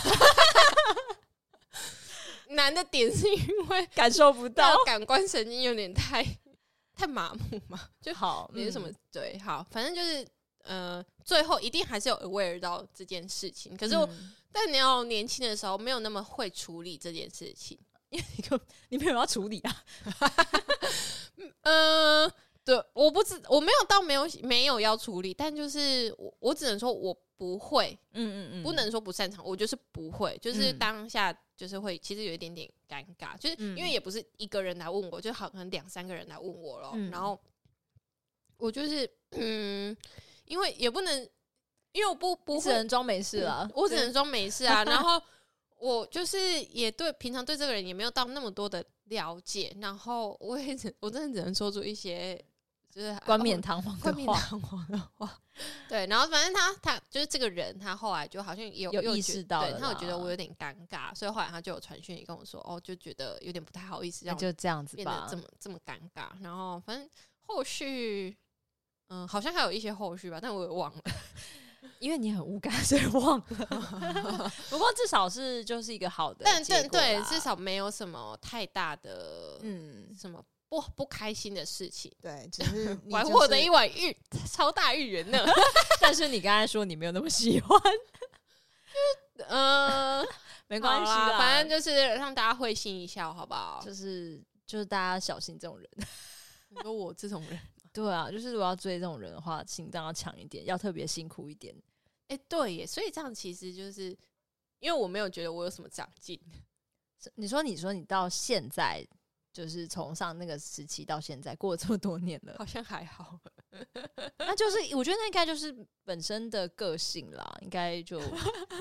难的点是因为
感受不到
到。感官神经有点太太麻木嘛，就
好，
没什么、
嗯
对。好，反正就是呃，最后一定还是有 aware 到这件事情。可是我，
嗯
但你要年轻的时候没有那么会处理这件事情。
你根本你没有要处理啊，
嗯，对，我不知我没有到没有没有要处理，但就是我我只能说我不会，
嗯嗯嗯
不能说不擅长，我就是不会，就是
嗯
当下就是会其实有一点点尴尬，就是
嗯
因为也不是一个人来问我，就好可能两三个人来问我咯，
嗯
然后我就是嗯，因为也不能，因为我不不
你只
会
能装没事了
嗯，我只能装没事 啊。然后我就是也对平常对这个人也没有到那么多的了解，然后我也只我真的只能说出一些就是
冠冕堂皇
啊冠
的
冕
话，
堂皇的话。对，然后反正他他就是这个人，他后来就好像有
有
又
意
觉
识到
对
了
他有觉得
啦
我有点尴尬，所以后来他就有传讯也跟我说，哦，就觉得有点不太好意 思
那
让我
就这样子
变得
吧
这。么这么尴尬。然后反正后续。嗯，好像还有一些后续吧，但我也忘了。
因为你很无感， 所以忘了。 不过至少是就是一个好的
但
结
但
果啦，
对，至少没有什么太大的
嗯，
什么不不开心的事情，
对，只 是你
我还
就
获得
是
一碗芋 超大芋圆呢。
但是你刚才说你没有那么喜欢，
嗯，
没
没
关系啦，
反正就是让大家会心一笑，好不好？
就是就是大家小心这种人。啊
你说我这种 人，
对啊，就是如果要追这种人的话，心脏要强一点，要特别辛苦一点。
哎、对耶，所以这样其实就是因为我没有觉得我有什么长进，
是你说，你说你到现在就是从上那个时期到现在，过了这么多年了，
好像还 好。
那就是我觉得那应该就是本身的个性啦，应该 就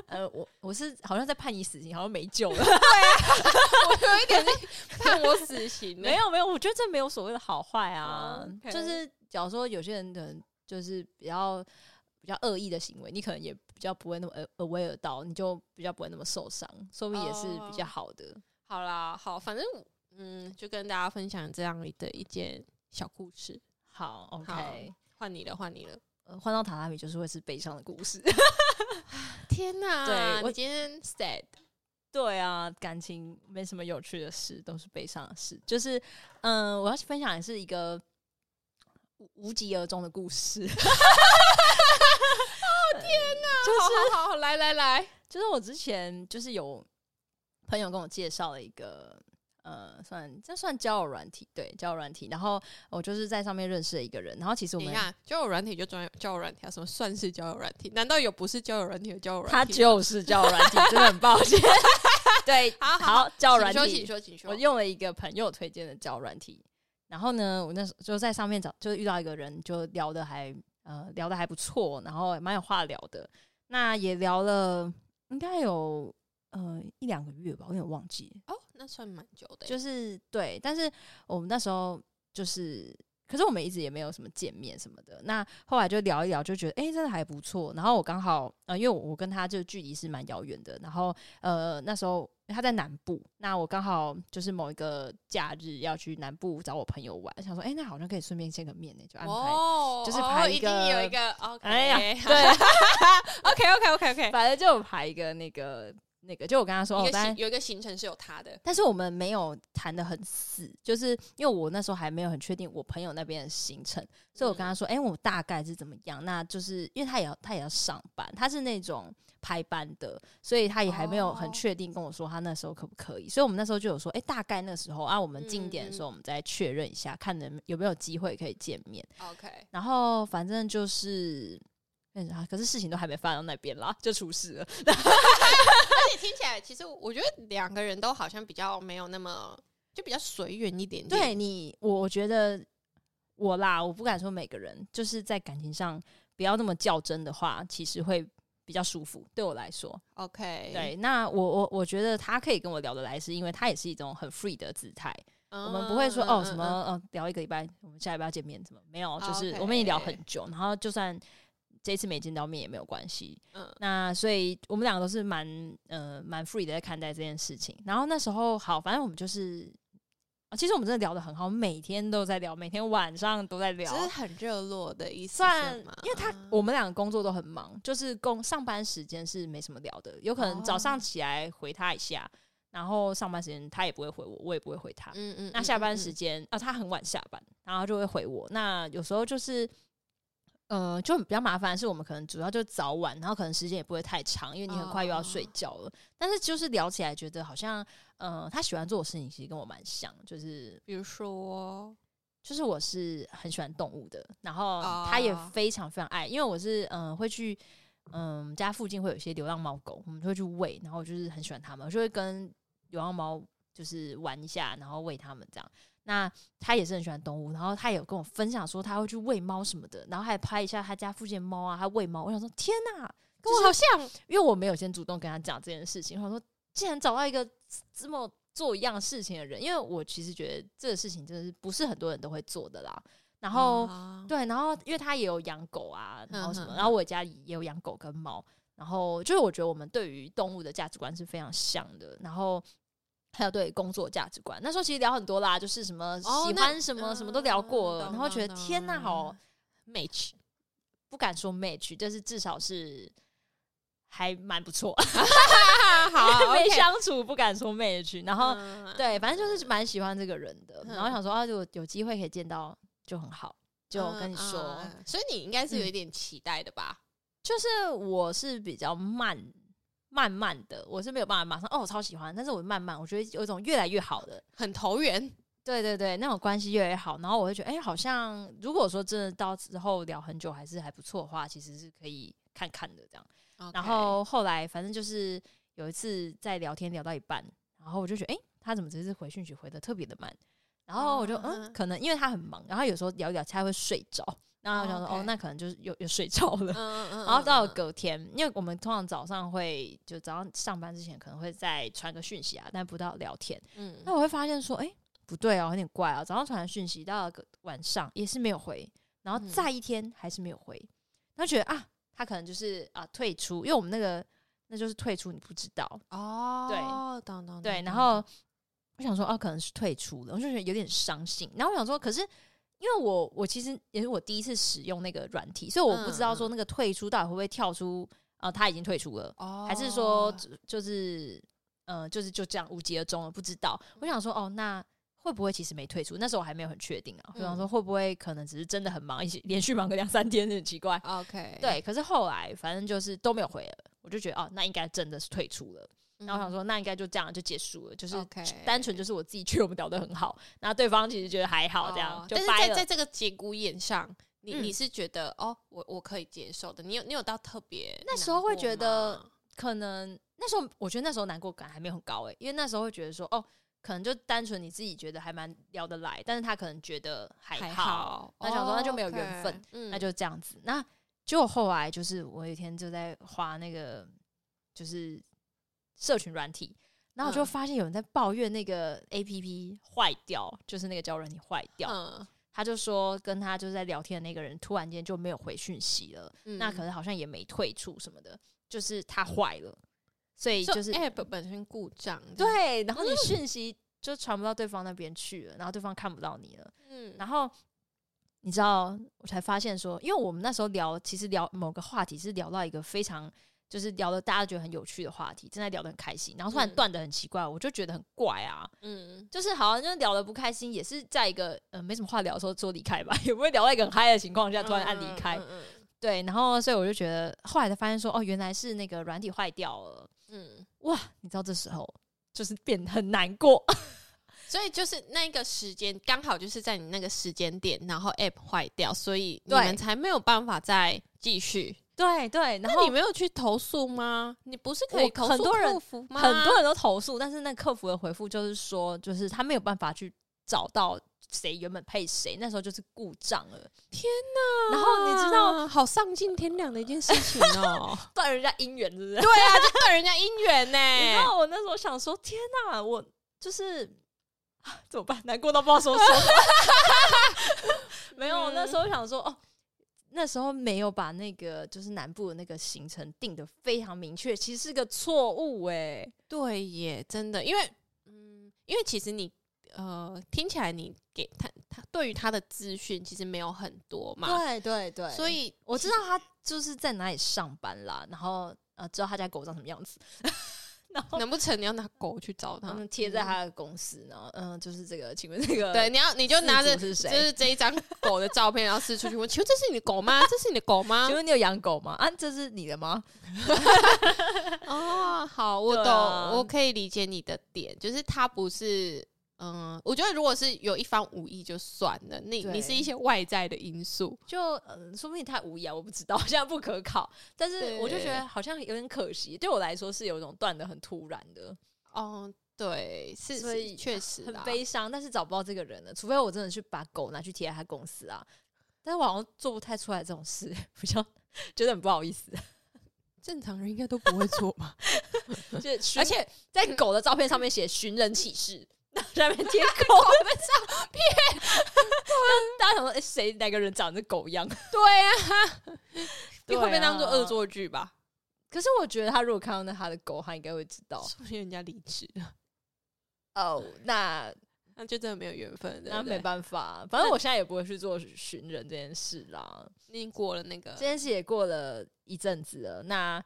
呃，我我是好像在判你死刑，好像没救了。
有一点在 判我死欸刑 呢，
没有没有，我觉得这没有所谓的好坏啊
哦，OK
就是假如说有些人可能就是比较比较恶意的行为，你可能也比较不会那么 a- aware 到，你就比较不会那么受伤，说不定也是比较
哦
好的。
好啦，好，反正我嗯，就跟大家分享这样的一件小故事。
好
好
，OK，
换你了，换你了！
呃换、到榻榻米就是会是悲伤的故事。
天哪，
我
我今天 sad，
对啊，感情没什么有趣的事，都是悲伤的事。就是，嗯，我要分享的是一个无无疾而终的故事。 哦
就是 好好好，来来来，
就是我之前就是有朋友跟我介绍了一个呃，算这算交友软体，对，交友软体。然后我就是在上面认识了一个人，然后其实我
等一
们
下，交友软体就专交友软体啊，什么算是交友软体？难道有不是交友软体的交友软体？
他就是交友软体，真的很抱歉。 对，
好好
好，交友软
请说，
体
请，说，请说。
我用了一个朋友推荐的交友软体，然后呢，我那时候就在上面找，就遇到一个人，就聊的还呃聊的还不错，然后也蛮有话聊的。那也聊了应该有呃一两个月吧，我有点忘记。
哦，那算蛮久的耶，
就是对，但是我们那时候就是，可是我们一直也没有什么见面什么的。那后来就聊一聊，就觉得哎、诶真的还不错。然后我刚好呃，因为我我跟他就距离是蛮遥远的，然后呃那时候他在南部，那我刚好就是某一个假日要去南部找我朋友玩，想说哎、诶那好像可以顺便见个面呢、就安排。
哦，
就是
哦
排一
一定有
个
一个 OK，
哎 呀，
好
对，
，OK OK OK OK，
反正就有排一个那个那个，就我跟他说，哦我
一个
大概
行有一个行程是有他的，
但是我们没有谈的很死，就是因为我那时候还没有很确定我朋友那边的行程，所以我跟他说：“哎、我大概是怎么样？”那就是因为他也要他也要上班，他是那种排班的，所以他也还没有很
哦
确定跟我说他那时候可不可以。所以我们那时候就有说：“哎、大概那时候啊，我们近一点的时候，我们再确认一下，看能有没有机会可以见面。
OK，”
然后反正就是。嗯啊，可是事情都还没发到那边啦，就出事了。
而且听起来其实我觉得两个人都好像比较没有那么就比较随缘一点点，
对你，我我觉得我啦，我不敢说每个人，就是在感情上不要那么较真的话，其实会比较舒服。对我来说，
，OK，
对，那我我我觉得他可以跟我聊得来，是因为他也是一种很 free 的姿态。
嗯，
我们不会说哦
嗯哦
什么，哦聊一个礼拜，我们下礼拜要见面，怎么没有？就是我
OK
们也聊很久，然后就算这次没见到面也没有关系。
嗯嗯
那所以我们两个都是蛮呃蛮 free 的在看待这件事情。然后那时候好，反正我们就是，啊其实我们真的聊得很好，每天都在聊，每天晚上都在
只
聊。
是很热络的意思，嗯
算，因为他
他
我们两个工作都很忙，就是工上班时间是没什么聊的，有可能早
哦
上起来回他一下，然后上班时间他也不会回我，我也不会回他。
嗯嗯，
那
嗯
下班
嗯
时
嗯
间啊，他很晚下班，然后他就会回我。那有时候就是，呃，就比较麻烦，是我们可能主要就是早晚，然后可能时间也不会太长，因为你很快又要睡
哦
觉了。但是就是聊起来，觉得好像，呃，他喜欢做的事情其实跟我蛮像，就是
比如说
就是我是很喜欢动物的，然后他也
哦
非常非常爱，因为我是嗯、呃会去嗯、我们家附近会有一些流浪猫狗，我们就会去喂，然后我就是很喜欢它们，我就会跟流浪猫就是玩一下，然后喂它们这样。那他也是很喜欢动物，然后他也有跟我分享说他会去喂猫什么的，然后还拍一下他家附近的猫啊，他喂猫。我想说天哪，
跟
就
我
是
好像，
因为我没有先主动跟他讲这件事情，我想说，既然找到一个这么做一样事情的人，因为我其实觉得这个事情真的是不是很多人都会做的啦。然后、
啊
对，然后因为他也有养狗啊，然后什么，
嗯嗯嗯
然后我家里也有养狗跟猫，然后就是我觉得我们对于动物的价值观是非常像的，然后。还有对工作价值观，那时候其实聊很多啦，就是什么
哦
喜
那
欢什么、什么都聊过
嗯
了，
懂
然后
懂
觉得
懂
天呐，好
match
不敢说 match，但是至少是还蛮不错。
啊，好
没相处不敢说 match，然后、
嗯
对，反正就是蛮喜欢这个人的，
嗯
然后想说啊，如果有机会可以见到就很好，就跟你说，
嗯嗯嗯所以你应该是有一点期待的吧？
就是我是比较慢。慢慢的，我是没有办法马上哦，我超喜欢，但是我慢慢，我觉得有一种越来越好的，
很投缘，
对对对，那种关系越来越好，然后我会觉得，哎、好像如果说真的到之后聊很久还是还不错的话，其实是可以看看的这样。然后后来反正就是有一次在聊天聊到一半，然后我就觉得，哎、他怎么这次回讯息回的特别的慢？然后我就
啊
嗯，可能因为他很忙，然后有时候聊一聊他会睡着，然后我想说，
哦，OK
哦，那可能就是有有睡着了。
嗯嗯嗯
然后到了
个
隔天，因为我们通常早上会就早上上班之前可能会再传个讯息啊，但不到聊天。
嗯
那我会发现说，哎、不对哦，有点怪啊。早上传的讯息到了个晚上也是没有回，然后
嗯
再一天还是没有回，然后觉得啊，他可能就是啊退出，因为我们那个那就是退出，你不知道
哦，
对
懂懂懂
对。
懂
然后我想说，啊，可能是退出了，我就觉得有点伤心。然后我想说，可是。因为我我其实也是我第一次使用那个软体，所以我不知道说那个退出到底会不会跳出，啊，他已经退出了，
哦，
还是说只就是呃，就是就这样无疾而终了？不知道。我想说，哦，那会不会其实没退出？那时候我还没有很确定啊。我
嗯
想说，会不会可能只是真的很忙，一起连续忙个两三天，很奇 怪。
哦 OK
对，可是后来反正就是都没有回了，我就觉得哦，那应该真的是退出了。
嗯，
然后我想说，那应该就这样就结束了，就是
OK
单纯就是我自己觉得我们聊得很好，然后对方其实觉得还好，这样、
哦
就
但是
掰
在
了。
在这个节骨眼上，你
嗯
你是觉得哦，我我可以接受的，你有你有到特别
那时候会
难过
觉得
吗
可能那时候我觉得那时候难过感还没有很高诶、欸因为那时候会觉得说哦，可能就单纯你自己觉得还蛮聊得来，但是他可能觉得还好，
还好，
那想说
哦
那就没有
OK，
缘分
嗯
那就这样子。那结果后来就是我有一天就在划那个就是社群软体。然后我就
嗯
发现有人在抱怨那个 A P P 坏掉，就是那个交友软体坏掉。
嗯
他就说跟他就是在聊天的那个人突然间就没有回讯息了，
嗯
那可能好像也没退出什么的，就是它坏了，所以就是
app 嗯本身故障，，
对，然后
嗯
你讯息就传不到对方那边去了，然后对方看不到你了，
嗯
然后你知道我才发现说，因为我们那时候聊，其实聊某个话题是聊到一个非常。就是聊的大家觉得很有趣的话题，正在聊得很开心，然后突然
嗯
断的很奇怪，我就觉得很怪啊。
嗯，
就是好像就是聊得不开心，也是在一个呃没什么话聊的时候说离开吧，也 不会聊到一个很嗨的情况下突然按离开。
嗯，嗯
对，然后所以我就觉得，后来才发现说，哦，原来是那个软体坏掉了。
嗯，嗯
你知道这时候就是变得很难过，
所以就是那个时间刚好就是在你那个时间点，然后 app 坏掉，所以你
对
们才没有办法再继续。
对对，然
那
后
你没有去投诉吗？你不是可
我
以投
很
诉
多人
客服吗？
很多人都投诉，但是那客服的回复就是说，就是他没有办法去找到谁原本配谁，那时候就是故障了。
天
哪！然后你知道
啊好丧尽天良的一件事情 哦。
断人家姻缘，是不是？
对啊，就断人家姻缘
你知
呢。
道我那时候想说，天哪、我就是、啊、怎么办？难过到不知道说什么。 没有，我那
嗯
时候想说，哦，那时候没有把那个就是南部的那个行程定的非常明确，其实是个错误哎。
对耶，真的，因为嗯，因为其实你呃，听起来你给他他对于他的资讯其实没有很多嘛，
对对对
所以
我知道他就是在哪里上班啦，然后呃，知道他家狗长什么样子，然后
难不成你要拿狗去找他？
嗯贴在他的公司，然后嗯、就是这个，请问这个
对，你要你就
饲
拿着
主是谁
就是这一张狗的照片，然后四处去问，请问这是你的狗吗？这是你的狗吗
请？问你有养狗吗？啊，这是你的吗？
哦，好，我
对
懂，
啊
我可以理解你的点，就是他不是。嗯，我觉得如果是有一方无意就算了，你
对
你是一些外在的因素，
就、呃、说不定太无聊，我不知道， 现在不可考。但是
对
我就觉得好像有点可惜，对我来说是有一种断的很突然的，
哦，对，是，
所
是
以
确实
很
啦
悲伤。但是找不到这个人了，除非我真的去把狗拿去贴在他公司啊。但是我好像做不太出来这种事， 比较觉得很不好意思。
正常人应该都不会做吧？
就是嗯寻
而且
在狗的照片上面写寻人启事，上面贴狗的照 片，大家想说，哎、谁哪个人长得狗一样？
对 啊，你
对
会被当做
啊
恶作剧吧？
可是我觉得他如果看到那他的狗，他应该会知道。
说不定人家离职了，
哦，那
那就真的没有缘分，对
那
不
没
对？
办法，反正我现在也不会去做寻人这件事啦。
你已经过了那个
这件事也过了一阵子了，那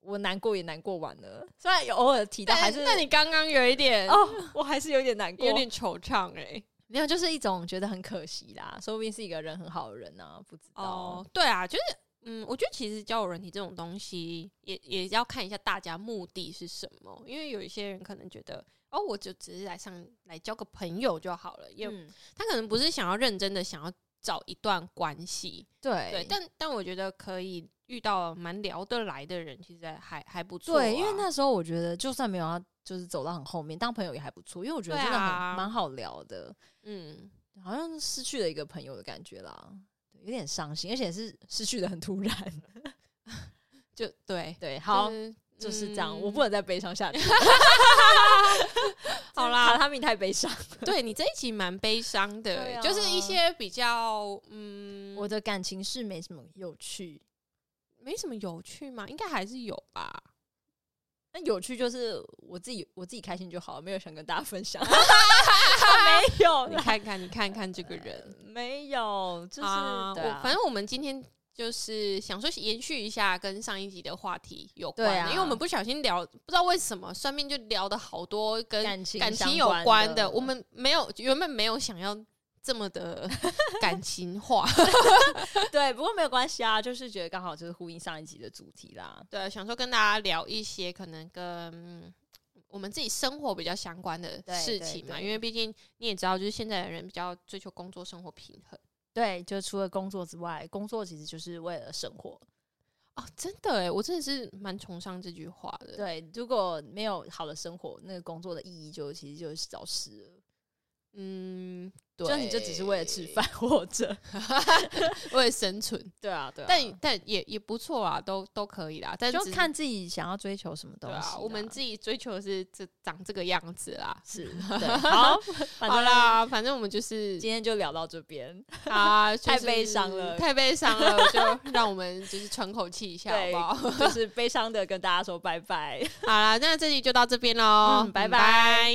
我难过也难过完了，虽然有偶尔提到，还是
那你刚刚有一点
哦，我还哎是有点难过，
有点惆怅哎、
没有，就是一种觉得很可惜啦，说不定是一个人很好的人呢、不知道。
哦，对啊，就是嗯，我觉得其实交友软体这种东西也也要看一下大家目的是什么，因为有一些人可能觉得哦，我就只是来上来交个朋友就好了，也、
嗯，
他可能不是想要认真的想要找一段关系，
对
对，但但我觉得可以遇到蛮聊得来的人，其实还还不错啊、
对，因为那时候我觉得，就算没有要就是走到很后面，当朋友也还不错，因为我觉得
对
真的很
啊
蛮、好聊的，
嗯，
好像失去了一个朋友的感觉啦，有点伤心，而且是失去的很突然。
就对，
对，好，
是
就是这样，
嗯
我不能再悲伤下去。
好
榻
啦，
榻米太悲伤，
对你这一集蛮悲伤的、欸
对啊
就是一些比较嗯，
我的感情是没什么有趣，
没什么有趣嘛，应该还是有吧。
那有趣就是我自己我自己开心就好，没有想跟大家分享， 没有
你
啦，
看看，你看看这个 人，
没有，就是、
啊，
对
我
啊
反正我们今天就是想说延续一下跟上一集的话题有关
对
的，
啊
因为我们不小心聊，不知道为什么算命就聊的好多跟
感情
感情
相
有
关
关
的
的，我们没有原本没有想要这么 的感情化，
对，不过没有关系啊，就是觉得刚好就是呼应上一集的主题啦。
对，想说跟大家聊一些可能跟。我们自己生活比较相关的
对
事
对
情嘛，
对
因为毕竟你也知道，就是现在的人比较追求工作生活平衡
对，就除了工作之外，工作其实就是为了生活。
哦，真的哎，我真的是蛮崇尚这句话的。
对，如果没有好的生活，那个工作的意义就其实就是消失了。
嗯，对，
就你就只是为了吃饭活着。
为了生存，
对啊，对啊但
但但也也不错啊，都都可以啦。但
就
只是
看自己想要追求什么东
对
西啦、
啊，我们自己追求的是这长这个样子啦。
是对 好，反
好
正
啦，反正我们就是
今天就聊到这边。
啊，
太
就是
悲伤了
太悲 伤了，就让我们就是喘口气一下，好
对
不好？
就是悲伤的跟大家说拜拜。
好啦，那这集就到这边喽
嗯，拜
拜。